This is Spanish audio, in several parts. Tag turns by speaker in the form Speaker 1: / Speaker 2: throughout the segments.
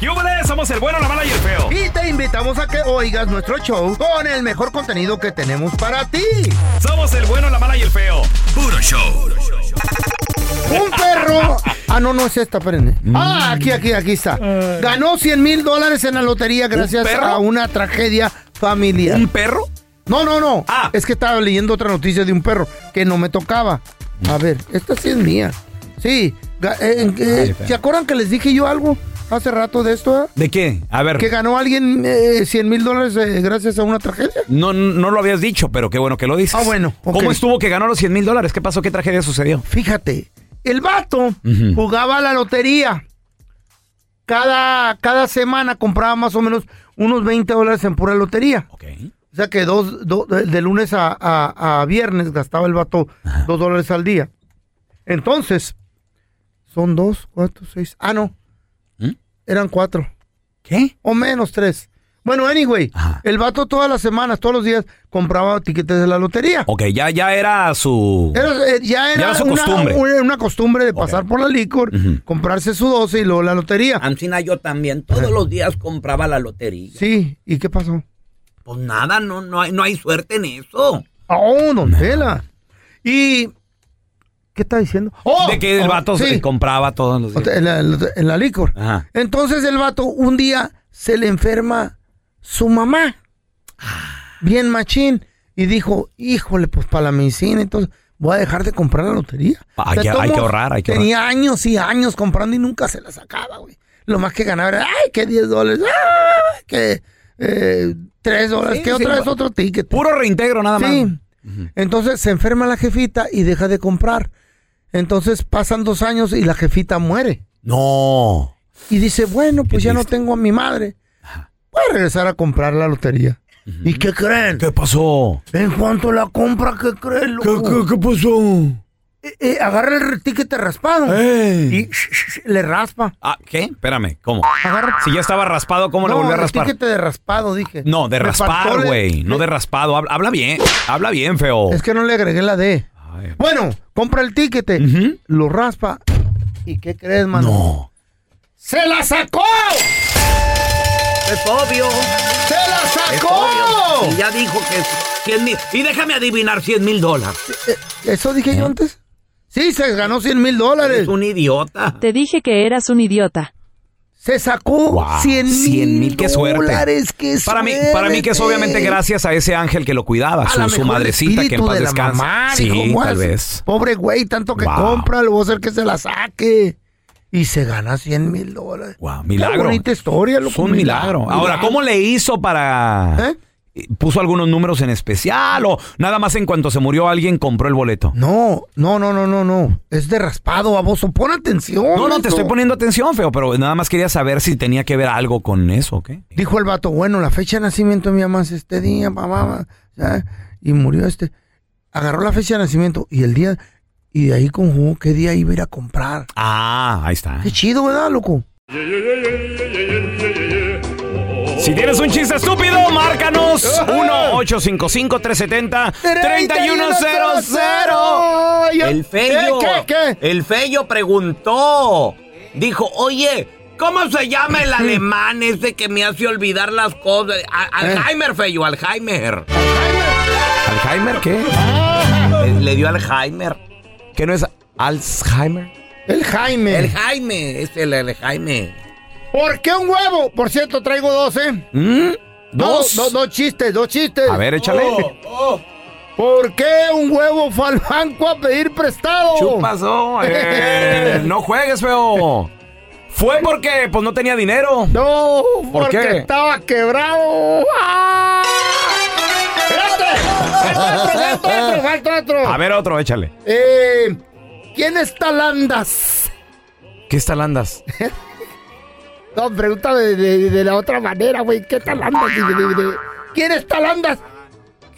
Speaker 1: ¡Yúbales! Somos el bueno, la mala y el feo.
Speaker 2: Y te invitamos a que oigas nuestro show con el mejor contenido que tenemos para ti.
Speaker 1: Somos el bueno, la mala y el feo. Puro show.
Speaker 2: Un perro. Ah, no, no es esta, espérenme.
Speaker 1: Mm.
Speaker 2: Ah, aquí, aquí, aquí está. Ganó 100 mil dólares en la lotería gracias
Speaker 1: perro?
Speaker 2: a una tragedia familiar.
Speaker 1: ¿Un perro?
Speaker 2: No, no, no.
Speaker 1: Ah.
Speaker 2: Es que estaba leyendo otra noticia de un perro que no me tocaba. A ver, esta sí es mía. Sí. ga- eh, eh, eh, ¿Se acuerdan que les dije yo algo hace rato de esto? eh?
Speaker 1: ¿De qué? A ver.
Speaker 2: Que ganó alguien eh, 100 mil dólares eh, gracias a una tragedia.
Speaker 1: No, no lo habías dicho, pero qué bueno que lo dices.
Speaker 2: Ah, bueno, ok.
Speaker 1: ¿Cómo estuvo que ganó los 100 mil dólares? ¿Qué pasó? ¿Qué tragedia sucedió?
Speaker 2: Fíjate, el vato
Speaker 1: Ujú.
Speaker 2: jugaba a la lotería. Cada, cada semana compraba más o menos unos 20 dólares en pura lotería.
Speaker 1: Ok.
Speaker 2: O sea que dos, do- de, de lunes a, a- a viernes gastaba el vato dos dólares al día. Entonces, son dos, cuatro, seis. Ah, no.
Speaker 1: ¿Mm?
Speaker 2: Eran cuatro.
Speaker 1: ¿Qué?
Speaker 2: O menos tres. Bueno, anyway,
Speaker 1: Ajá.
Speaker 2: el vato todas las semanas, todos los días, compraba tiquetes de la lotería.
Speaker 1: Ok, ya, ya era su...
Speaker 2: Era- eh, ya era,
Speaker 1: era su
Speaker 2: una,
Speaker 1: costumbre.
Speaker 2: una- una costumbre de pasar por la licor,
Speaker 1: Ujú. Ah.
Speaker 2: comprarse su 12 y luego la lotería.
Speaker 3: Ancina yo también, todos los días compraba la lotería.
Speaker 2: Sí, ¿y qué pasó?
Speaker 3: Pues nada, no, no, hay, no hay suerte en eso.
Speaker 2: Oh, don Tela. ¿Y qué está diciendo? Oh,
Speaker 1: De que el
Speaker 2: oh,
Speaker 1: vato
Speaker 2: sí,
Speaker 1: se compraba todos los días.
Speaker 2: en, la, en la licor.
Speaker 1: Ajá.
Speaker 2: Entonces el vato un día se le enferma su mamá. Bien machín. Y dijo, híjole, pues para la medicina, entonces voy a dejar de comprar la lotería.
Speaker 1: Ah, hay
Speaker 2: De
Speaker 1: que- hay
Speaker 2: todos
Speaker 1: que
Speaker 2: modos,
Speaker 1: ahorrar, hay que
Speaker 2: Tenía años y años comprando y nunca se la sacaba, güey. Lo más que ganaba era, ay, que 10 dólares, ay, que eh, 3 dólares,
Speaker 1: Sí,
Speaker 2: que
Speaker 1: sí,
Speaker 2: otra vez
Speaker 1: va-
Speaker 2: otro ticket.
Speaker 1: Puro reintegro nada más.
Speaker 2: Sí. Entonces se enferma la jefita y deja de comprar. Entonces pasan dos años y la jefita muere.
Speaker 1: No.
Speaker 2: Y dice, bueno, pues ya no
Speaker 1: triste.
Speaker 2: tengo a mi madre. Voy a regresar a comprar la lotería. ¿Y qué creen?
Speaker 1: ¿Qué pasó?
Speaker 2: En cuanto la compra, ¿qué creen? loco?
Speaker 1: pasó?
Speaker 2: Eh, eh, agarra el tiquete raspado
Speaker 1: Eh.
Speaker 2: y sh- sh- sh- le raspa.
Speaker 1: Ah, ¿qué? Espérame, ¿cómo?
Speaker 2: Agarra
Speaker 1: Si ya estaba raspado, ¿cómo le
Speaker 2: No,
Speaker 1: volvió a
Speaker 2: el
Speaker 1: raspar?
Speaker 2: tiquete de raspado, dije.
Speaker 1: No, de
Speaker 2: Me faltó
Speaker 1: raspar,
Speaker 2: el-
Speaker 1: güey. No de raspado. Habla, habla bien. Habla bien, feo.
Speaker 2: Es que no le agregué la D.
Speaker 1: Ay.
Speaker 2: Bueno, compra el tiquete,
Speaker 1: Ah, Ujú.
Speaker 2: lo raspa. ¿Y qué crees, mano?
Speaker 1: No.
Speaker 2: ¡Se la sacó!
Speaker 3: Es obvio.
Speaker 2: ¡Se la
Speaker 3: Es
Speaker 2: sacó!
Speaker 3: obvio. Y ya dijo que es 100 mil. Y déjame adivinar 100 mil dólares.
Speaker 2: Eh, ¿Eso dije yo antes? Sí, se ganó 100 mil dólares.
Speaker 3: Es un idiota.
Speaker 4: Te dije que eras un idiota.
Speaker 2: Se sacó
Speaker 1: Wow,
Speaker 2: 100
Speaker 1: 100
Speaker 2: mil
Speaker 1: mil, qué suerte.
Speaker 2: dólares. Qué
Speaker 1: Para mí,
Speaker 2: suerte.
Speaker 1: para mí que es obviamente gracias a ese ángel que lo cuidaba,
Speaker 2: A
Speaker 1: su,
Speaker 2: lo
Speaker 1: su
Speaker 2: mejor el
Speaker 1: madrecita que en
Speaker 2: espíritu
Speaker 1: paz
Speaker 2: de la
Speaker 1: descanse.
Speaker 2: mamá,
Speaker 1: sí,
Speaker 2: dijo, "Guas,
Speaker 1: tal vez.
Speaker 2: Pobre güey, tanto que
Speaker 1: Wow.
Speaker 2: compra, lo voy a hacer que se la saque. Y se gana 100 mil dólares.
Speaker 1: Wow,
Speaker 2: Qué
Speaker 1: milagro.
Speaker 2: bonita historia, loco.
Speaker 1: Es un milagro. Ahora, ¿cómo le hizo para...?
Speaker 2: ¿Eh?
Speaker 1: ¿Puso algunos números en especial o nada más en cuanto se murió alguien compró el boleto?
Speaker 2: No, no, no, no, no, no. Es de raspado, baboso. Pon atención.
Speaker 1: No, no,
Speaker 2: loco.
Speaker 1: te estoy poniendo atención, feo, pero nada más quería saber si tenía que ver algo con eso, ¿o qué?
Speaker 2: Dijo el vato, bueno, la fecha de nacimiento de mi mamá es este día, mamá, y murió este. Agarró la fecha de nacimiento y el día, y de ahí conjugó qué día iba a ir a comprar.
Speaker 1: Ah, ahí está.
Speaker 2: Qué chido, ¿verdad, loco?
Speaker 1: Si tienes un chiste estúpido, márcanos 1-855-370-3100.
Speaker 3: El feyo.
Speaker 2: feo. ¿Qué, qué, qué?
Speaker 3: El feyo preguntó. Dijo, oye, ¿cómo se llama
Speaker 2: Mm.
Speaker 3: el alemán ese que me hace olvidar las cosas? A-
Speaker 2: Eh.
Speaker 3: Alzheimer, feyo, Alzheimer.
Speaker 1: ¿Alzheimer qué?
Speaker 3: Le, le dio Alzheimer.
Speaker 1: ¿Qué no es Alzheimer?
Speaker 2: El Jaime.
Speaker 3: El Jaime, es el, el Jaime.
Speaker 2: ¿Por qué un huevo? Por cierto, traigo dos, ¿eh?
Speaker 1: ¿Mm?
Speaker 2: Dos.
Speaker 1: ¿Dos?
Speaker 2: Dos, dos chistes, dos chistes.
Speaker 1: A ver, échale.
Speaker 2: ¿Por qué un huevo fue al banco a pedir prestado?
Speaker 1: Chupasó. eh, no juegues, feo. Fue porque pues no tenía dinero.
Speaker 2: No,
Speaker 1: ¿Por
Speaker 2: porque
Speaker 1: qué?
Speaker 2: estaba quebrado. ¡Ah! Este, otro, otro, otro, otro.
Speaker 1: A ver, otro, échale.
Speaker 2: Eh, ¿Quién está Landas?
Speaker 1: ¿Qué está andas?
Speaker 2: No, pregunta de, de- de la otra manera, güey. ¿Qué tal Landas? ¿Quién está Landas?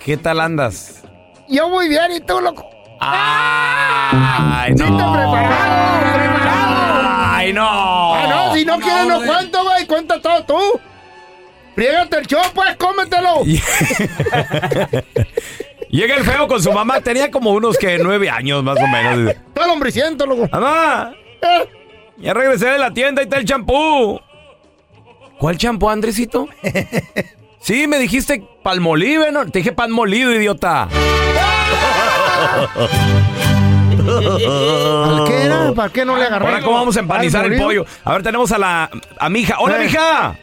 Speaker 1: ¿Qué tal andas?
Speaker 2: Yo muy bien, ¿y tú, loco?
Speaker 1: ¡Ay,
Speaker 2: Sí, te
Speaker 1: no!
Speaker 2: preparado, preparado.
Speaker 1: ¡Ay, no!
Speaker 2: Ah, no, si no, quieres, no cuento, güey. Cuenta todo tú. Priégate el show, pues, cómetelo.
Speaker 1: Llega el feo con su mamá. Tenía como unos que nueve años más o menos. Dice,
Speaker 2: Todo el hombriciento, loco.
Speaker 1: Mamá,
Speaker 2: Eh,
Speaker 1: ya regresé de la tienda y está el champú. ¿Cuál champú, Andresito? sí, me dijiste pan molido, ¿no? Te dije pan molido, idiota.
Speaker 2: ¿Al qué era? ¿Para qué no le agarré?
Speaker 1: Ah. Ahora, ¿cómo vamos a empanizar el
Speaker 2: ¿Al
Speaker 1: pollo? A ver, tenemos a la a mi hija. ¡Hola,
Speaker 2: Eh.
Speaker 1: mija!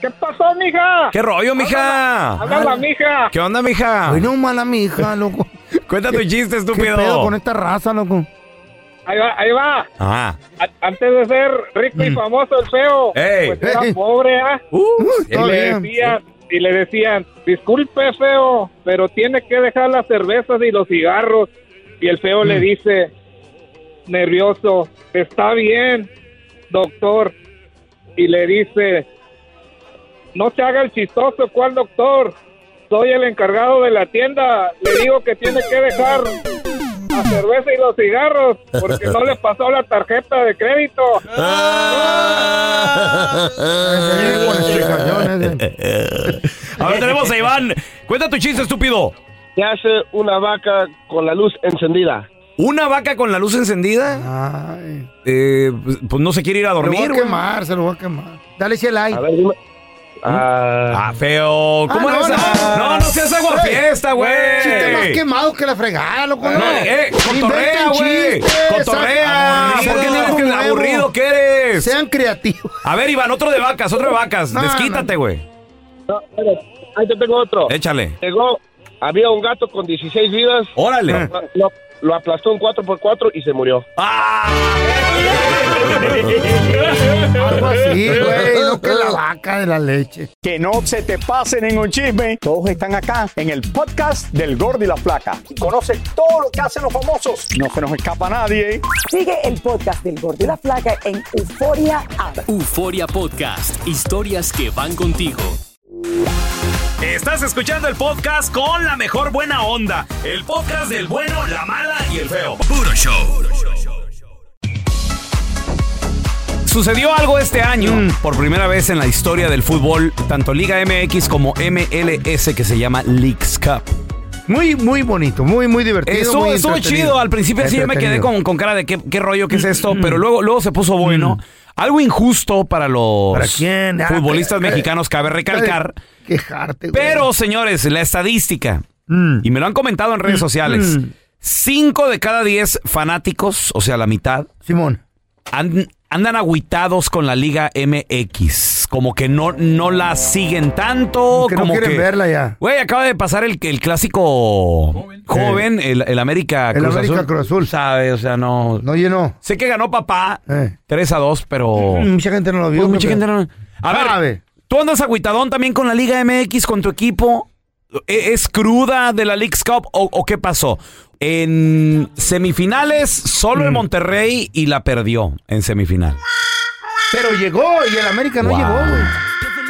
Speaker 5: ¿Qué pasó, mija?
Speaker 1: ¿Qué rollo, mija?
Speaker 5: Habla la mija.
Speaker 1: ¿Qué onda, mija?
Speaker 2: Ay, no mala mi hija, loco.
Speaker 1: Cuenta tu chiste,
Speaker 2: ¿Qué pedo
Speaker 1: estúpido.
Speaker 2: con esta raza, loco?
Speaker 5: Ahí va, ahí va.
Speaker 1: Ajá.
Speaker 5: A- antes de ser rico y famoso el feo,
Speaker 1: Mm. Ey.
Speaker 5: pues era
Speaker 2: Ey.
Speaker 5: pobre, ¿ah?
Speaker 1: Uh,
Speaker 2: Está
Speaker 5: Y le
Speaker 2: bien.
Speaker 5: decían, y le decían, disculpe, feo, pero tiene que dejar las cervezas y los cigarros. Y el feo le dice, nervioso, está bien, doctor. Y le dice, no se haga el chistoso, ¿cuál doctor? Soy el encargado de la tienda. Le digo que tiene que dejar la cerveza y los cigarros porque no le pasó la tarjeta de crédito.
Speaker 1: Ah. Eh.
Speaker 2: Viene con explicaciones, eh.
Speaker 1: a ver, tenemos a Iván. Cuenta tu chiste, estúpido.
Speaker 6: ¿Qué hace una vaca con la luz encendida?
Speaker 1: ¿Una vaca con la luz encendida?
Speaker 2: Ay,
Speaker 1: Eh, pues, pues no se quiere ir a
Speaker 2: se lo voy
Speaker 1: dormir,
Speaker 2: a
Speaker 1: güey.
Speaker 2: quemar, se lo voy a quemar. Dale ese like.
Speaker 6: A ver, dime. Ah,
Speaker 1: Ah, feo. ¿Cómo
Speaker 2: Ah,
Speaker 1: eres?
Speaker 2: no,
Speaker 1: No,
Speaker 2: no.
Speaker 1: no, seas aguafiesta, güey.
Speaker 2: Chiste más quemado que la fregada, loco.
Speaker 1: No,
Speaker 2: No,
Speaker 1: eh, cotorrea,
Speaker 2: Inventen
Speaker 1: güey.
Speaker 2: chistes,
Speaker 1: Cotorrea.
Speaker 2: saca-
Speaker 1: ¿Por qué
Speaker 2: Aburrido.
Speaker 1: tienes que aburrido que eres?
Speaker 2: Sean creativos.
Speaker 1: A ver, Iván, otro de vacas, otro de vacas.
Speaker 2: No,
Speaker 1: Desquítate, güey.
Speaker 6: no, espera, ahí te tengo otro.
Speaker 1: Échale.
Speaker 6: Llegó, había un gato con 16 vidas,
Speaker 2: Eh.
Speaker 1: Órale.
Speaker 6: lo, lo aplastó un 4x4 y se murió.
Speaker 1: Ah.
Speaker 2: Algo así, güey. No que la vaca de la leche.
Speaker 7: Que no se te pase ningún chisme. Todos están acá en el podcast del Gordi y la Flaca. Y conoce todo lo que hacen los famosos. No se nos escapa nadie.
Speaker 8: Sigue el podcast del Gordo y la Flaca en Euforia App.
Speaker 9: Euforia Podcast, historias que van contigo.
Speaker 1: Estás escuchando el podcast con la mejor buena onda. El podcast del bueno, la mala y el feo.
Speaker 9: Puro show.
Speaker 1: Sucedió algo este año, por primera vez en la historia del fútbol, tanto Liga MX como MLS, que se llama Leagues Cup.
Speaker 2: Muy, muy bonito, muy, muy divertido.
Speaker 1: Estuvo,
Speaker 2: muy
Speaker 1: estuvo
Speaker 2: entretenido.
Speaker 1: chido, al principio sí yo me quedé
Speaker 2: Entretenido. Mm,
Speaker 1: con, con cara de qué, qué rollo que es esto, pero luego, luego se puso bueno. Algo injusto para los
Speaker 2: ¿Para quién? Ah,
Speaker 1: futbolistas
Speaker 2: eh, eh,
Speaker 1: mexicanos, cabe recalcar.
Speaker 2: Quejarte, güey.
Speaker 1: Pero, señores, la estadística,
Speaker 2: Mm.
Speaker 1: y me lo han comentado en redes sociales,
Speaker 2: mm.
Speaker 1: cinco de cada diez fanáticos, o sea, la mitad,
Speaker 2: Simón.
Speaker 1: and- andan agüitados con la Liga MX. Como que no, no la siguen tanto.
Speaker 2: Que no
Speaker 1: como
Speaker 2: quieren
Speaker 1: que-
Speaker 2: verla ya.
Speaker 1: Güey, acaba de pasar el, el clásico joven, el, el América
Speaker 2: El
Speaker 1: Cruz
Speaker 2: América
Speaker 1: Azul.
Speaker 2: Cruz Azul.
Speaker 1: ¿Sabe? O sea, no.
Speaker 2: No llenó.
Speaker 1: Sé que ganó papá
Speaker 2: Eh.
Speaker 1: 3 a 2, pero.
Speaker 2: Mm, Mucha gente no lo vio.
Speaker 1: Pues mucha
Speaker 2: creo
Speaker 1: gente
Speaker 2: que-
Speaker 1: no- A ver,
Speaker 2: Sabe.
Speaker 1: tú andas agüitadón también con la Liga MX, con tu equipo. ¿E- ¿Es cruda de la League's Cup o, o qué pasó? En semifinales, solo el Monterrey y la perdió en semifinal.
Speaker 2: Pero llegó y el América no
Speaker 1: Wow.
Speaker 2: llegó, güey.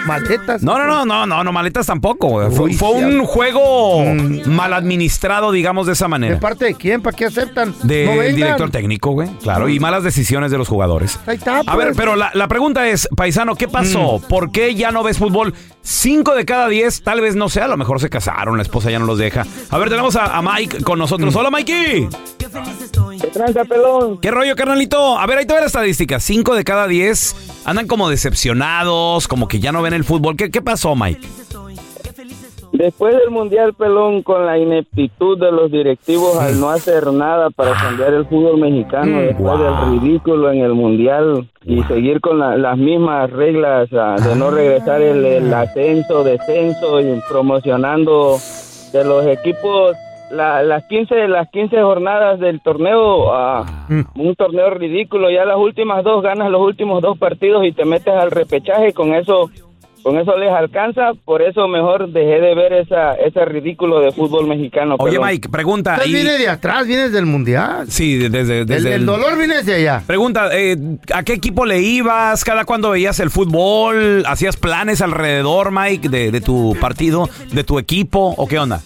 Speaker 2: Maletas.
Speaker 1: No, no, no, no, no, no, maletas tampoco. güey. Fue,
Speaker 2: Uy,
Speaker 1: fue
Speaker 2: sí,
Speaker 1: un
Speaker 2: a-
Speaker 1: juego mal administrado, digamos, de esa
Speaker 2: ¿De
Speaker 1: manera.
Speaker 2: parte de quién? ¿Para qué aceptan?
Speaker 1: Del
Speaker 2: no vengan.
Speaker 1: director técnico, güey. Claro, y malas decisiones de los jugadores.
Speaker 2: Ahí está,
Speaker 1: A
Speaker 2: pues.
Speaker 1: ver, pero la, la pregunta es, paisano, ¿qué pasó? ¿Por qué ya no ves fútbol? Cinco de cada diez, tal vez no sea, a lo mejor se casaron, la esposa ya no los deja. A ver, tenemos a, a Mike con nosotros. Hola, Mikey.
Speaker 5: ¿Qué tranza, pelón?
Speaker 1: ¿Qué rollo, carnalito? A ver, ahí te va la estadística. Cinco de cada diez andan como decepcionados, como que ya no ven el fútbol. ¿Qué, qué pasó, Mike?
Speaker 6: Después del Mundial Pelón, con la ineptitud de los directivos al no hacer nada para cambiar el fútbol mexicano después
Speaker 1: wow.
Speaker 6: del ridículo en el Mundial y seguir con la- las mismas reglas ah, de no regresar el, el ascenso, descenso y promocionando de los equipos la- las 15 las 15 jornadas del torneo ah, un torneo ridículo ya las últimas dos ganas los últimos dos partidos y te metes al repechaje con eso con eso les alcanza por eso mejor dejé de ver esa ese ridículo de fútbol mexicano
Speaker 1: Oye,
Speaker 6: pelón.
Speaker 1: Mike, pregunta.
Speaker 2: Usted
Speaker 1: y-
Speaker 2: viene de atrás, vienes del mundial.
Speaker 1: Sí, desde, desde
Speaker 2: Pues el, el dolor viene desde allá.
Speaker 1: Pregunta, eh, ¿a qué equipo le ibas? ¿Cada cuándo veías el fútbol? ¿Hacías planes alrededor, Mike, de, de tu partido, de tu equipo? ¿O qué onda?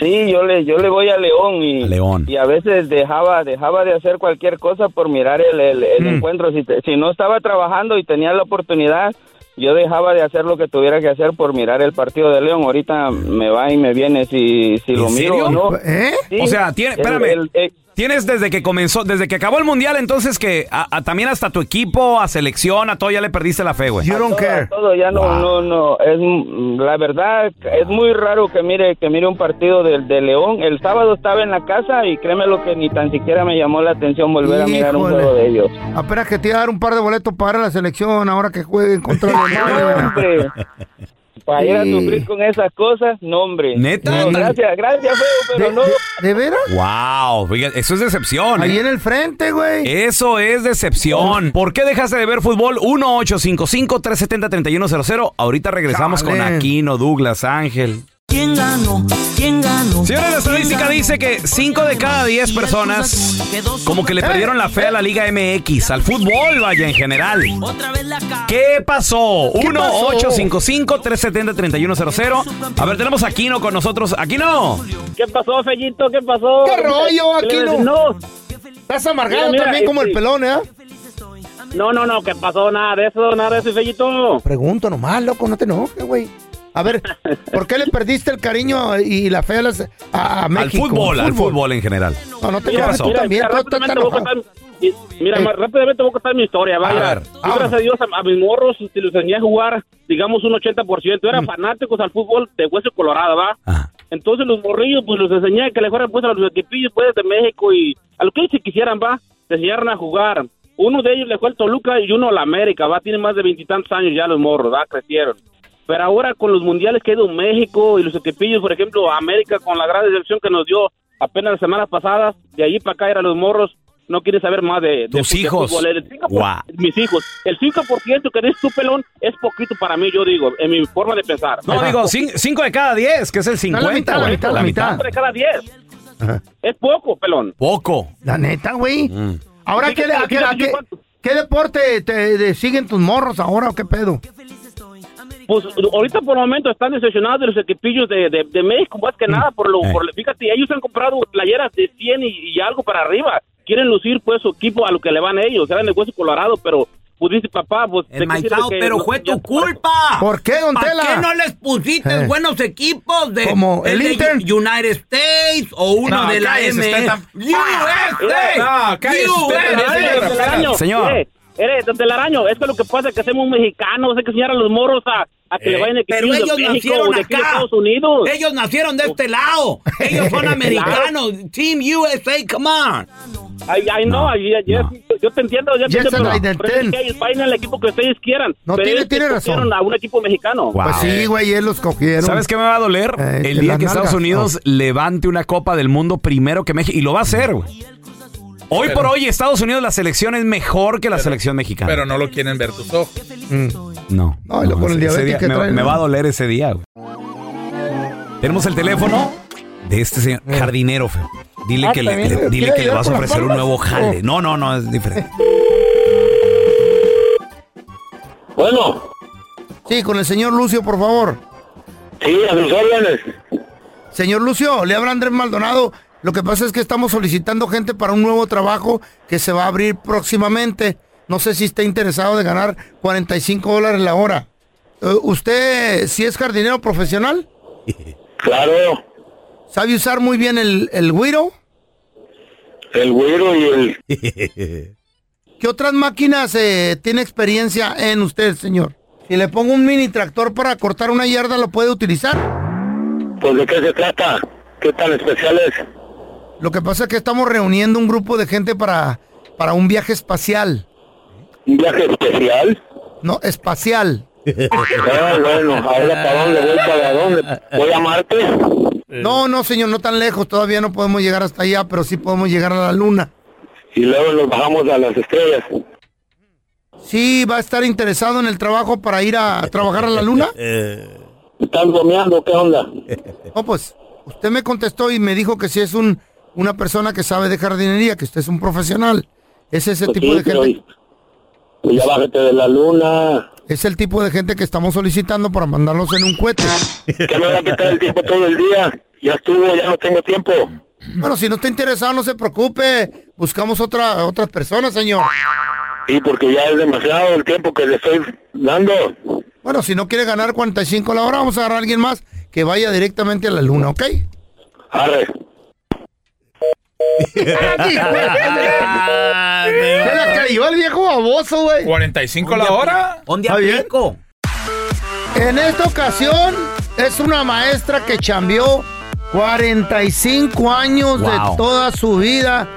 Speaker 6: sí yo le yo le voy a León y
Speaker 1: A León.
Speaker 6: y a veces dejaba dejaba de hacer cualquier cosa por mirar el, el- el
Speaker 1: Mm.
Speaker 6: encuentro si, te- si no estaba trabajando y tenía la oportunidad yo dejaba de hacer lo que tuviera que hacer por mirar el partido de León ahorita me va y me viene si si
Speaker 1: ¿En
Speaker 6: lo miro
Speaker 1: serio?
Speaker 6: o no
Speaker 2: ¿Eh?
Speaker 6: Sí,
Speaker 1: O sea, tiene-
Speaker 6: el-
Speaker 1: espérame.
Speaker 6: el- el-
Speaker 1: Tienes desde que comenzó, desde que acabó el mundial, entonces que a- a- también hasta tu equipo, a selección, a todo ya le perdiste la fe, güey.
Speaker 2: You don't care.
Speaker 6: Todo ya no, no, no. Es mm, la verdad es muy raro que mire que mire un partido del de León. El sábado estaba en la casa y créeme lo que ni tan siquiera me llamó la atención volver a mirar un
Speaker 2: Híjole.
Speaker 6: juego de ellos.
Speaker 2: Apenas que te iba a dar un par de boletos para la selección ahora que jueguen contra
Speaker 6: No,
Speaker 2: el
Speaker 6: hombre. Para ir a
Speaker 2: Sí.
Speaker 6: sufrir con esas cosas, no, hombre.
Speaker 1: ¿Neta?
Speaker 6: No, gracias, gracias, feo,
Speaker 2: ¿De,
Speaker 6: pero no.
Speaker 2: de, de veras?
Speaker 1: Wow, fíjate, eso es decepción. ¿eh?
Speaker 2: Ahí en el frente, güey.
Speaker 1: Eso es decepción. ¿Por qué dejaste de ver fútbol? 1-855-370-3100. Ahorita regresamos
Speaker 2: Chale.
Speaker 1: con Aquino, Douglas, Ángel.
Speaker 10: ¿Quién ganó? ¿Quién ganó?
Speaker 1: Señores, la estadística dice que 5 de cada 10 personas como que le perdieron la fe a la Liga MX, al fútbol, vaya, en general.
Speaker 10: Otra vez la ca-
Speaker 1: ¿Qué pasó?
Speaker 2: pasó?
Speaker 1: 1-855-370-3100. A ver, tenemos a Aquino con nosotros. ¡Aquino!
Speaker 5: ¿Qué pasó, Fellito? ¿Qué pasó?
Speaker 2: ¿Qué rollo, Aquino?
Speaker 5: No,
Speaker 2: Estás amargado
Speaker 5: Mira, mira,
Speaker 2: también como el
Speaker 5: este-
Speaker 2: pelón, ¿eh?
Speaker 5: no, no, no, ¿qué pasó? Nada de eso, nada de eso, Fellito.
Speaker 2: Pregunto nomás, loco, no te enojes, güey. A ver, ¿por qué le perdiste el cariño y la fe a, las- a- a
Speaker 1: Al
Speaker 2: México?
Speaker 1: fútbol, al fútbol en general.
Speaker 2: No, no te
Speaker 1: Mira,
Speaker 2: enojes tú
Speaker 1: mira,
Speaker 2: también, tú estás
Speaker 5: rápidamente voy a
Speaker 2: enojado.
Speaker 5: contar- y- Mira,
Speaker 2: Eh.
Speaker 5: ma- rápidamente voy a contar mi historia,
Speaker 1: A
Speaker 5: vaya.
Speaker 1: ver,
Speaker 5: Yo,
Speaker 2: vámonos.
Speaker 5: gracias a Dios, a, a mis morros si los enseñé a jugar, digamos, un 80%.
Speaker 2: Mm.
Speaker 5: Eran fanáticos al fútbol de hueso colorado, ¿va?
Speaker 1: Ajá.
Speaker 5: Entonces los morrillos, pues los enseñé que le fueran pues a los equipillos pues de México y a lo que ellos se quisieran, va, les enseñaron a jugar. Uno de ellos le fue al Toluca y uno al América, va, tiene más de veintitantos años ya los morros, va, crecieron. Pero ahora con los mundiales que ha ido México y los equipillos, por ejemplo, América con la gran decepción que nos dio apenas las semanas pasadas, de allí para acá eran los morros, no quieren saber más de... de
Speaker 1: Tus
Speaker 5: fu- de
Speaker 1: hijos.
Speaker 5: fútbol. El 5%,
Speaker 1: Guau.
Speaker 5: Mis hijos. El 5% que dices tu pelón es poquito para mí, yo digo, en mi forma de pensar.
Speaker 1: No, digo, 5 de cada 10, que es el 50.
Speaker 2: la mitad, la
Speaker 1: güey.
Speaker 2: mitad, la mitad.
Speaker 5: de cada 10.
Speaker 2: Ajá.
Speaker 5: Es poco, pelón.
Speaker 1: Poco.
Speaker 2: La neta, güey.
Speaker 1: Mm.
Speaker 2: Ahora, ¿qué,
Speaker 5: Fíjate,
Speaker 2: le- a qué, a
Speaker 5: fíjate,
Speaker 2: qué-
Speaker 5: ¿cuánto?
Speaker 2: qué deporte te de- siguen tus morros ahora o qué pedo?
Speaker 5: Pues ahorita por el momento están decepcionados de los equipillos de, de, de México, más que nada. por lo,
Speaker 1: Eh.
Speaker 5: por lo- Fíjate, ellos han comprado playeras de 100 y, y algo para arriba. Quieren lucir pues su equipo a lo que le van ellos. Eran de hueso colorado, pero pues dice papá, pues... ¿de
Speaker 3: En
Speaker 5: qué
Speaker 3: Maizao,
Speaker 5: sirve que
Speaker 3: pero
Speaker 5: no-
Speaker 3: fue
Speaker 5: ya-
Speaker 3: tu culpa.
Speaker 2: ¿Por qué, don
Speaker 3: ¿Para
Speaker 2: Tela?
Speaker 3: Ah, qué no les pusiste
Speaker 2: Eh.
Speaker 3: buenos equipos de,
Speaker 2: Como el
Speaker 3: de
Speaker 2: Inter.
Speaker 3: U- United States o uno
Speaker 1: No,
Speaker 3: de la
Speaker 1: cállese usted
Speaker 3: M?
Speaker 1: tam-
Speaker 3: USA,
Speaker 1: No, cállese usted,
Speaker 5: Eres,
Speaker 1: Señor,
Speaker 5: don Telaraño,
Speaker 1: señor.
Speaker 5: Eres, Eh, eres, don Telaraño, es que lo que pasa es que hacemos mexicanos, hay que enseñar a los morros a, a que le vayan a
Speaker 3: Eh, Pero
Speaker 5: equipillos
Speaker 3: ellos
Speaker 5: de México o
Speaker 3: nacieron
Speaker 5: de aquí de
Speaker 3: acá.
Speaker 5: Estados Unidos.
Speaker 3: Ellos nacieron de este lado. Ellos son americanos. Team USA, come on.
Speaker 5: Ay, ay, no,
Speaker 1: No,
Speaker 5: ay, ay,
Speaker 1: no.
Speaker 5: yes, yo te entiendo, yo te
Speaker 2: Yes,
Speaker 5: entiendo,
Speaker 2: and I
Speaker 5: pero, pero es
Speaker 2: intend.
Speaker 5: que ellos vayan al equipo que ustedes quieran.
Speaker 2: No,
Speaker 5: pero
Speaker 2: tiene-
Speaker 5: ellos
Speaker 2: tiene razón.
Speaker 5: escogieron a un equipo mexicano.
Speaker 1: Wow.
Speaker 2: Pues sí, güey, ellos los cogieron.
Speaker 1: ¿Sabes qué me va a doler?
Speaker 2: Eh,
Speaker 1: el día
Speaker 2: las
Speaker 1: que Estados
Speaker 2: nalgas,
Speaker 1: Unidos levante una Copa del Mundo primero que México. Y lo va a hacer, güey. Hoy por hoy, Estados Unidos, la selección es mejor que la selección mexicana.
Speaker 11: Pero no lo quieren ver tus ojos.
Speaker 1: no.
Speaker 2: Mm. No, y lo con el
Speaker 1: ese- ese
Speaker 2: diabetes
Speaker 1: día-
Speaker 2: que
Speaker 1: me,
Speaker 2: traen,
Speaker 1: me
Speaker 2: ¿no?
Speaker 1: va a doler ese día, güey. Tenemos el teléfono de este señor, jardinero, feo. Dile
Speaker 2: Ah,
Speaker 1: que, le,
Speaker 2: también
Speaker 1: le-
Speaker 2: le
Speaker 1: dile
Speaker 2: quiere
Speaker 1: que le
Speaker 2: ayudar
Speaker 1: vas a
Speaker 2: con las
Speaker 1: ofrecer un
Speaker 2: palmas.
Speaker 1: nuevo jale.
Speaker 2: Oh.
Speaker 1: No, no, no, es diferente.
Speaker 5: Bueno,
Speaker 2: Sí, con el señor Lucio, por favor.
Speaker 5: sí, a sus órdenes.
Speaker 2: Señor Lucio, le habla Andrés Maldonado. Lo que pasa es que estamos solicitando gente para un nuevo trabajo que se va a abrir próximamente. No sé si está interesado de ganar 45 dólares la hora. Eh, ¿Usted si es jardinero profesional?
Speaker 5: Claro,
Speaker 2: ¿Sabe usar muy bien el, el güiro?
Speaker 5: el güero y el...
Speaker 2: ¿Qué otras máquinas eh, tiene experiencia en usted, señor? Si le pongo un mini tractor para cortar una yarda, ¿lo puede utilizar?
Speaker 5: Pues, ¿de qué se trata? ¿Qué tan especiales?
Speaker 2: Lo que pasa es que estamos reuniendo un grupo de gente para, para un viaje espacial.
Speaker 5: ¿Un viaje especial?
Speaker 2: No, espacial.
Speaker 5: Ah, bueno, ahora para dónde voy, para dónde. ¿Voy a Marte?
Speaker 2: No, no, señor, no tan lejos. Todavía no podemos llegar hasta allá, pero sí podemos llegar a la luna.
Speaker 5: Y luego nos bajamos a las estrellas.
Speaker 2: Sí, va a estar interesado en el trabajo para ir a trabajar a la luna.
Speaker 5: ¿Están bromeando? ¿Qué onda?
Speaker 2: No, pues usted me contestó y me dijo que si es un, una persona que sabe de jardinería, que usted es un profesional. Es ese tipo de gente.
Speaker 5: Pues ya bájate de la luna.
Speaker 2: Es el tipo de gente que estamos solicitando para mandarlos en un cohete.
Speaker 5: Que me va a quitar el tiempo todo el día. Ya estuvo, ya no tengo tiempo.
Speaker 2: Bueno, si no está interesado, no se preocupe. Buscamos otra, otras personas, señor.
Speaker 5: Sí, porque ya es demasiado el tiempo que le estoy dando.
Speaker 2: Bueno, si no quiere ganar 45 la hora, vamos a agarrar a alguien más que vaya directamente a la luna, ¿ok?
Speaker 5: Arre.
Speaker 2: Se la cayó el viejo baboso, güey.
Speaker 11: 45 la hora.
Speaker 3: ¿Dónde
Speaker 2: Está bien. En esta ocasión es una maestra que chambeó 45 años de
Speaker 1: Wow.
Speaker 2: toda su vida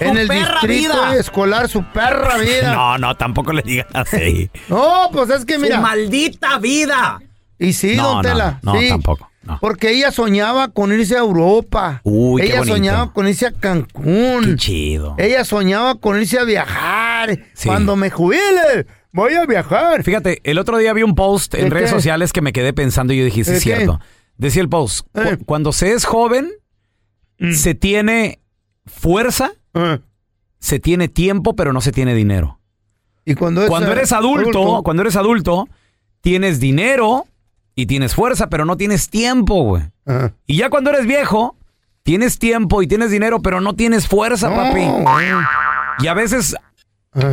Speaker 2: en el
Speaker 1: perra
Speaker 2: distrito
Speaker 1: vida.
Speaker 2: escolar, su perra vida.
Speaker 1: No, no, tampoco le digas así.
Speaker 2: No, pues es que
Speaker 1: Su
Speaker 2: mira.
Speaker 3: maldita vida.
Speaker 2: Y sí,
Speaker 1: No,
Speaker 2: don
Speaker 1: no,
Speaker 2: Tela.
Speaker 1: no,
Speaker 2: sí.
Speaker 1: tampoco,
Speaker 2: Porque ella soñaba con irse a Europa.
Speaker 1: Uy, qué
Speaker 2: ella
Speaker 1: bonito.
Speaker 2: soñaba con irse a Cancún. Qué
Speaker 1: chido.
Speaker 2: Ella soñaba con irse a viajar.
Speaker 1: Sí.
Speaker 2: Cuando me jubile, voy a viajar.
Speaker 1: Fíjate, el otro día vi un post
Speaker 2: ¿De
Speaker 1: en redes
Speaker 2: qué?
Speaker 1: sociales que me quedé pensando y yo dije, sí,
Speaker 2: ¿De
Speaker 1: es
Speaker 2: qué? Eh.
Speaker 1: cierto. Decía el post, cu- cuando se es joven,
Speaker 2: Mm.
Speaker 1: se tiene fuerza, se tiene tiempo, pero no se tiene dinero.
Speaker 2: Y cuando, es, eh,
Speaker 1: eres adulto,
Speaker 2: adulto?
Speaker 1: cuando eres adulto, tienes dinero y tienes fuerza, pero no tienes tiempo, güey.
Speaker 2: ah,
Speaker 1: Y ya cuando eres viejo, tienes tiempo y tienes dinero, pero no tienes fuerza, papi.
Speaker 2: ah,
Speaker 1: Y a veces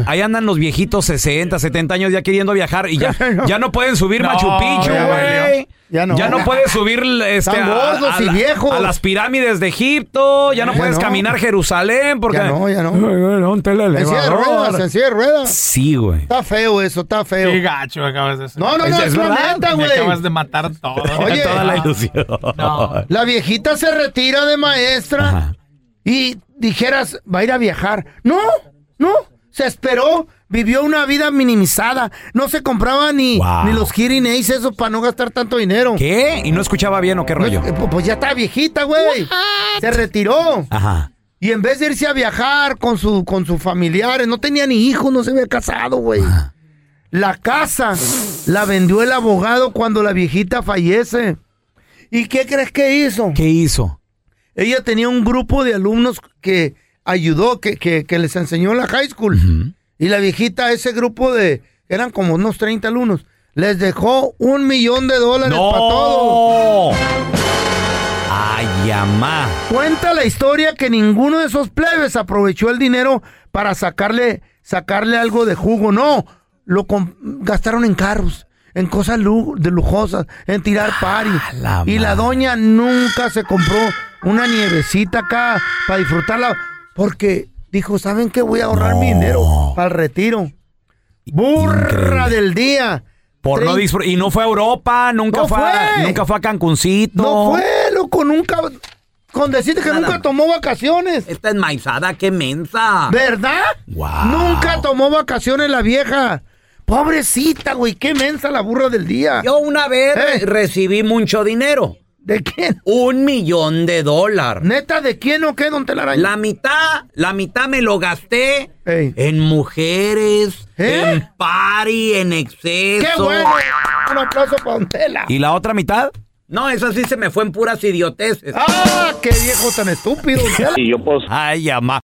Speaker 1: ahí andan los viejitos 60, 70 años ya queriendo viajar y ya, ya no pueden subir
Speaker 11: No,
Speaker 1: Machu Picchu,
Speaker 11: ya
Speaker 1: güey.
Speaker 11: valió.
Speaker 1: Ya
Speaker 11: Ya
Speaker 1: no.
Speaker 11: no.
Speaker 1: puedes subir este,
Speaker 11: Están
Speaker 1: a,
Speaker 11: gordos
Speaker 1: a
Speaker 11: y
Speaker 1: la-
Speaker 11: viejos.
Speaker 1: a las pirámides de Egipto, ya no
Speaker 11: Ya
Speaker 1: puedes
Speaker 11: no.
Speaker 1: caminar Jerusalén porque...
Speaker 2: Ya no, ya no.
Speaker 1: no,
Speaker 2: En silla de ruedas, en silla de ruedas.
Speaker 1: Sí, güey.
Speaker 2: Está feo eso, está feo.
Speaker 11: Qué gacho acabas de hacer.
Speaker 2: No, no, no, es, la
Speaker 11: verdad.
Speaker 2: neta,
Speaker 11: Me
Speaker 2: güey.
Speaker 11: acabas de matar todo.
Speaker 2: Oye. Toda la
Speaker 1: ilusión.
Speaker 2: La viejita se retira de maestra y dijeras, va a ir a viajar. No, no, se esperó, vivió una vida minimizada. No se compraba ni, ni los hearing aids esos para no gastar tanto dinero.
Speaker 1: ¿Qué? ¿Y no escuchaba bien o qué rollo?
Speaker 2: pues ya está viejita, güey. Se retiró.
Speaker 1: Ajá.
Speaker 2: Y en vez de irse a viajar con, su, con sus familiares, no tenía ni hijos, no se había casado, güey. La casa la vendió el abogado cuando la viejita fallece. ¿Y qué crees que hizo?
Speaker 1: ¿Qué hizo?
Speaker 2: Ella tenía un grupo de alumnos que ayudó, que, que- que les enseñó en la high school. Y la viejita, ese grupo de, eran como unos 30 alumnos, les dejó un millón de dólares
Speaker 1: ¡No!
Speaker 2: para todo.
Speaker 1: Ay, amá.
Speaker 2: Cuenta la historia que ninguno de esos plebes aprovechó el dinero para sacarle, sacarle algo de jugo. No, lo com- gastaron en carros, en cosas lu- de lujosas, en tirar
Speaker 1: Ah,
Speaker 2: party. y la doña nunca se compró una nievecita acá para disfrutarla. Porque dijo, ¿saben qué? Voy a ahorrar mi dinero para el retiro. Burra del día.
Speaker 1: Por no
Speaker 2: Trein-
Speaker 1: disfr- y no fue a Europa, nunca
Speaker 2: No
Speaker 1: fue, a-
Speaker 2: fue.
Speaker 1: nunca fue a Cancuncito.
Speaker 2: No fue, loco, nunca. Con decirte que nunca tomó vacaciones.
Speaker 3: Esta enmaizada, qué
Speaker 1: Ah.
Speaker 3: mensa.
Speaker 2: ¿Verdad? Nunca tomó vacaciones la vieja. Pobrecita, güey, qué mensa la burra del día.
Speaker 3: Yo una vez
Speaker 2: ¿Eh?
Speaker 3: recibí mucho dinero.
Speaker 2: ¿De quién?
Speaker 3: Un millón de dólares.
Speaker 2: ¿Neta de quién o qué, don Telaraño?
Speaker 3: La mitad, la mitad me lo gasté en mujeres, en party, en exceso.
Speaker 2: ¿Eh? ¡Qué bueno! Un aplauso para don Tela.
Speaker 1: ¿Y la otra mitad?
Speaker 3: No, esa sí se me fue en puras idioteces.
Speaker 2: ¡Ah, qué viejo tan estúpido! don Tela.
Speaker 1: Y yo pues. Ay, amá.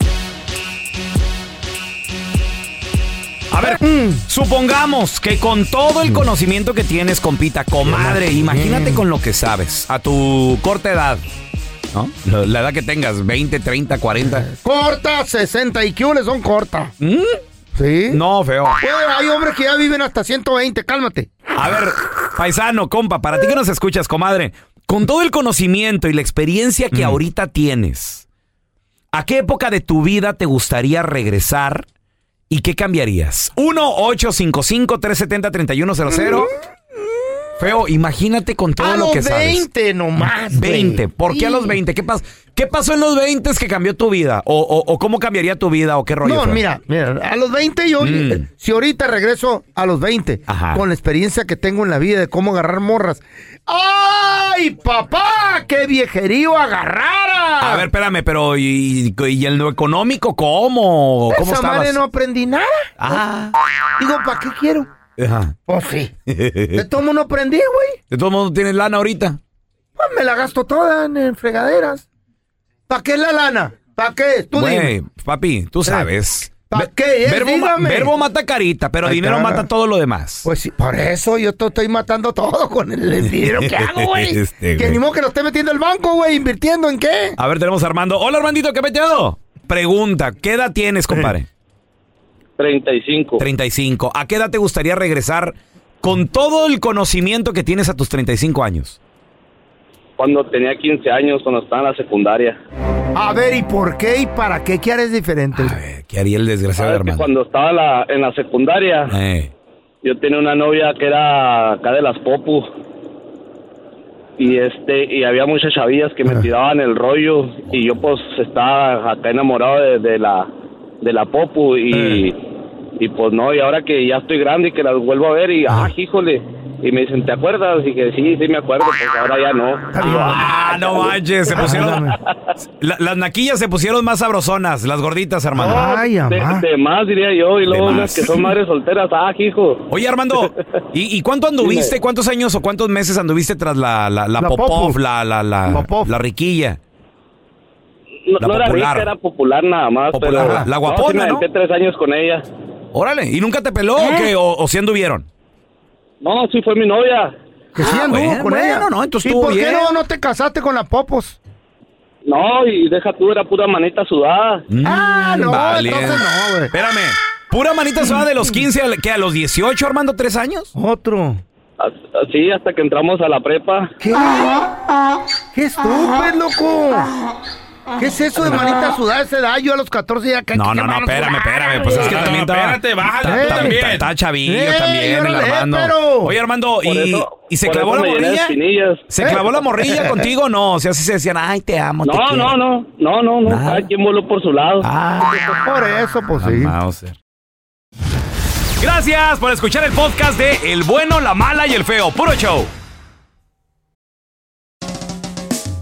Speaker 1: A ver, mm, supongamos que con todo el conocimiento que tienes, compita, comadre, imagínate con lo que sabes, a tu corta edad, ¿no? La, la edad que tengas, 20, 30, 40.
Speaker 2: Corta, 60 y que son corta. ¿Sí?
Speaker 1: ¿Mm? No, feo.
Speaker 2: Güey, hay hombres que ya viven hasta 120, cálmate.
Speaker 1: A ver, paisano, compa, para ti que nos escuchas, comadre, con todo el conocimiento y la experiencia
Speaker 2: Mm.
Speaker 1: que ahorita tienes, ¿a qué época de tu vida te gustaría regresar y qué cambiarías? 1-855-370-3100. Feo, imagínate con todo
Speaker 2: A
Speaker 1: lo
Speaker 2: los
Speaker 1: que sabes.
Speaker 2: 20 nomás. güey.
Speaker 1: 20. ¿Por qué a los
Speaker 2: Sí.
Speaker 1: 20? ¿Qué, pas- qué pasó en los 20 que cambió tu vida? ¿O, o- o cómo cambiaría tu vida? ¿O qué rollo? Mm.
Speaker 2: No,
Speaker 1: Feo?
Speaker 2: mira, mira, a los 20 yo, eh, si ahorita regreso a los 20, con la experiencia que tengo en la vida de cómo agarrar morras. ¡Ay, papá! ¡Qué viejerío agarrara!
Speaker 1: A ver, espérame, pero ¿y, y- y en lo económico cómo? ¿Cómo
Speaker 2: Esa madre
Speaker 1: estabas?
Speaker 2: no aprendí nada.
Speaker 1: Ah.
Speaker 2: Digo, ¿para qué quiero?
Speaker 1: Ajá.
Speaker 2: Pues sí. De
Speaker 1: De
Speaker 2: todo no aprendí, güey.
Speaker 1: todo mundo tienes lana ahorita.
Speaker 2: Pues me la gasto toda en, en fregaderas. ¿Para qué la lana? ¿Para qué? Tú
Speaker 1: Güey,
Speaker 2: dime.
Speaker 1: papi, tú sabes.
Speaker 2: ¿Para qué? Eh,
Speaker 1: verbo, ma-
Speaker 2: dígame.
Speaker 1: verbo mata carita, pero
Speaker 2: Ahí
Speaker 1: dinero
Speaker 2: está.
Speaker 1: mata todo lo demás.
Speaker 2: Pues sí, por eso yo te estoy matando todo con el dinero que hago, güey.
Speaker 1: Este,
Speaker 2: que
Speaker 1: güey.
Speaker 2: ni modo que lo esté metiendo el banco, güey. ¿Invirtiendo en qué?
Speaker 1: A ver, tenemos a Armando. Hola, Armandito, ¿qué peteado? Pregunta, ¿qué edad tienes, compadre?
Speaker 12: 35.
Speaker 1: 35. ¿A qué edad te gustaría regresar con todo el conocimiento que tienes a tus 35 años?
Speaker 12: Cuando tenía 15 años, cuando estaba en la secundaria.
Speaker 2: A ver, ¿y por qué y para qué? ¿Qué harías diferente?
Speaker 1: ¿Qué haría el desgraciado,
Speaker 6: ¿Sabes que
Speaker 1: hermano?
Speaker 6: Cuando estaba la- en la secundaria,
Speaker 1: Eh,
Speaker 6: yo tenía una novia que era acá de las Popu. Y este, y había muchas chavillas que me
Speaker 1: Ah.
Speaker 6: tiraban el rollo. Y yo pues estaba acá enamorado de, de la de la Popu
Speaker 1: Eh.
Speaker 6: y, y pues no, y ahora que ya estoy grande y que las vuelvo a ver y ah, híjole. Y me dicen, ¿te acuerdas? Y que sí, sí me acuerdo, pues ahora ya no.
Speaker 1: Ah, no manches, se pusieron. La- las naquillas se pusieron más sabrosonas, las gorditas, hermano.
Speaker 2: Ah,
Speaker 6: de, de más diría yo, y luego
Speaker 1: De
Speaker 6: las
Speaker 1: más.
Speaker 6: que son madres solteras, ah, hijo.
Speaker 1: Oye, Armando, ¿y, y cuánto anduviste? ¿Cuántos años o cuántos meses anduviste tras la, la, la
Speaker 6: La
Speaker 1: Popov,
Speaker 6: Popu.
Speaker 1: la, la, la, la riquilla?
Speaker 6: No,
Speaker 1: La
Speaker 6: no era
Speaker 1: popular.
Speaker 6: rica, era popular nada más.
Speaker 1: Popular, Ah,
Speaker 6: pero,
Speaker 1: la- la
Speaker 6: No,
Speaker 1: guapona,
Speaker 6: sí me
Speaker 1: ¿no?
Speaker 6: aventé tres años con ella.
Speaker 1: Órale, ¿y nunca te peló
Speaker 2: ¿Eh?
Speaker 1: o qué? ¿O, o sí anduvieron?
Speaker 6: No, sí fue mi novia.
Speaker 2: Que sí anduvo con ella.
Speaker 1: no, entonces
Speaker 2: ¿Y
Speaker 1: estuvo
Speaker 2: por qué
Speaker 1: bien.
Speaker 2: no, no te casaste con la Popos?
Speaker 6: No, y deja tú, era pura manita sudada.
Speaker 2: ah, no,
Speaker 1: Vale.
Speaker 2: entonces no, güey.
Speaker 1: Mm, Espérame, ¿pura manita suave de los 15 al- que a los 18, Armando, tres años?
Speaker 2: Otro.
Speaker 6: Así hasta que entramos a la prepa.
Speaker 2: ¿Qué? ¿Qué estúpido, loco? ¿Qué es eso de manita sudada a esa edad? Yo a los 14 ya caí.
Speaker 1: No, no, no, espérame, espérame. Pues es que
Speaker 2: No,
Speaker 1: también
Speaker 2: Ah, no,
Speaker 1: estaba-
Speaker 2: espérate, bájale
Speaker 1: ta-
Speaker 2: tú
Speaker 1: ta-
Speaker 2: también. Eh,
Speaker 1: ta- Estaba chavillo
Speaker 2: Ey,
Speaker 1: también, el
Speaker 2: órale,
Speaker 1: Armando.
Speaker 2: pero-
Speaker 1: Oye, Armando,
Speaker 2: Por
Speaker 1: ¿y,
Speaker 2: eso-
Speaker 1: y se
Speaker 2: por
Speaker 1: clavó
Speaker 2: eso
Speaker 1: la
Speaker 2: me llené de
Speaker 1: morrilla?
Speaker 6: espinillas.
Speaker 1: ¿Se
Speaker 6: Eh.
Speaker 1: clavó la morrilla contigo o no? O sea, así se decían, ay, te amo, te
Speaker 6: No,
Speaker 1: quiero.
Speaker 6: no, no, no, no, no. Cada quien voló por su lado.
Speaker 2: por eso, pues
Speaker 1: sí. Gracias por escuchar el podcast de El Bueno, La Mala y El Feo. Puro show.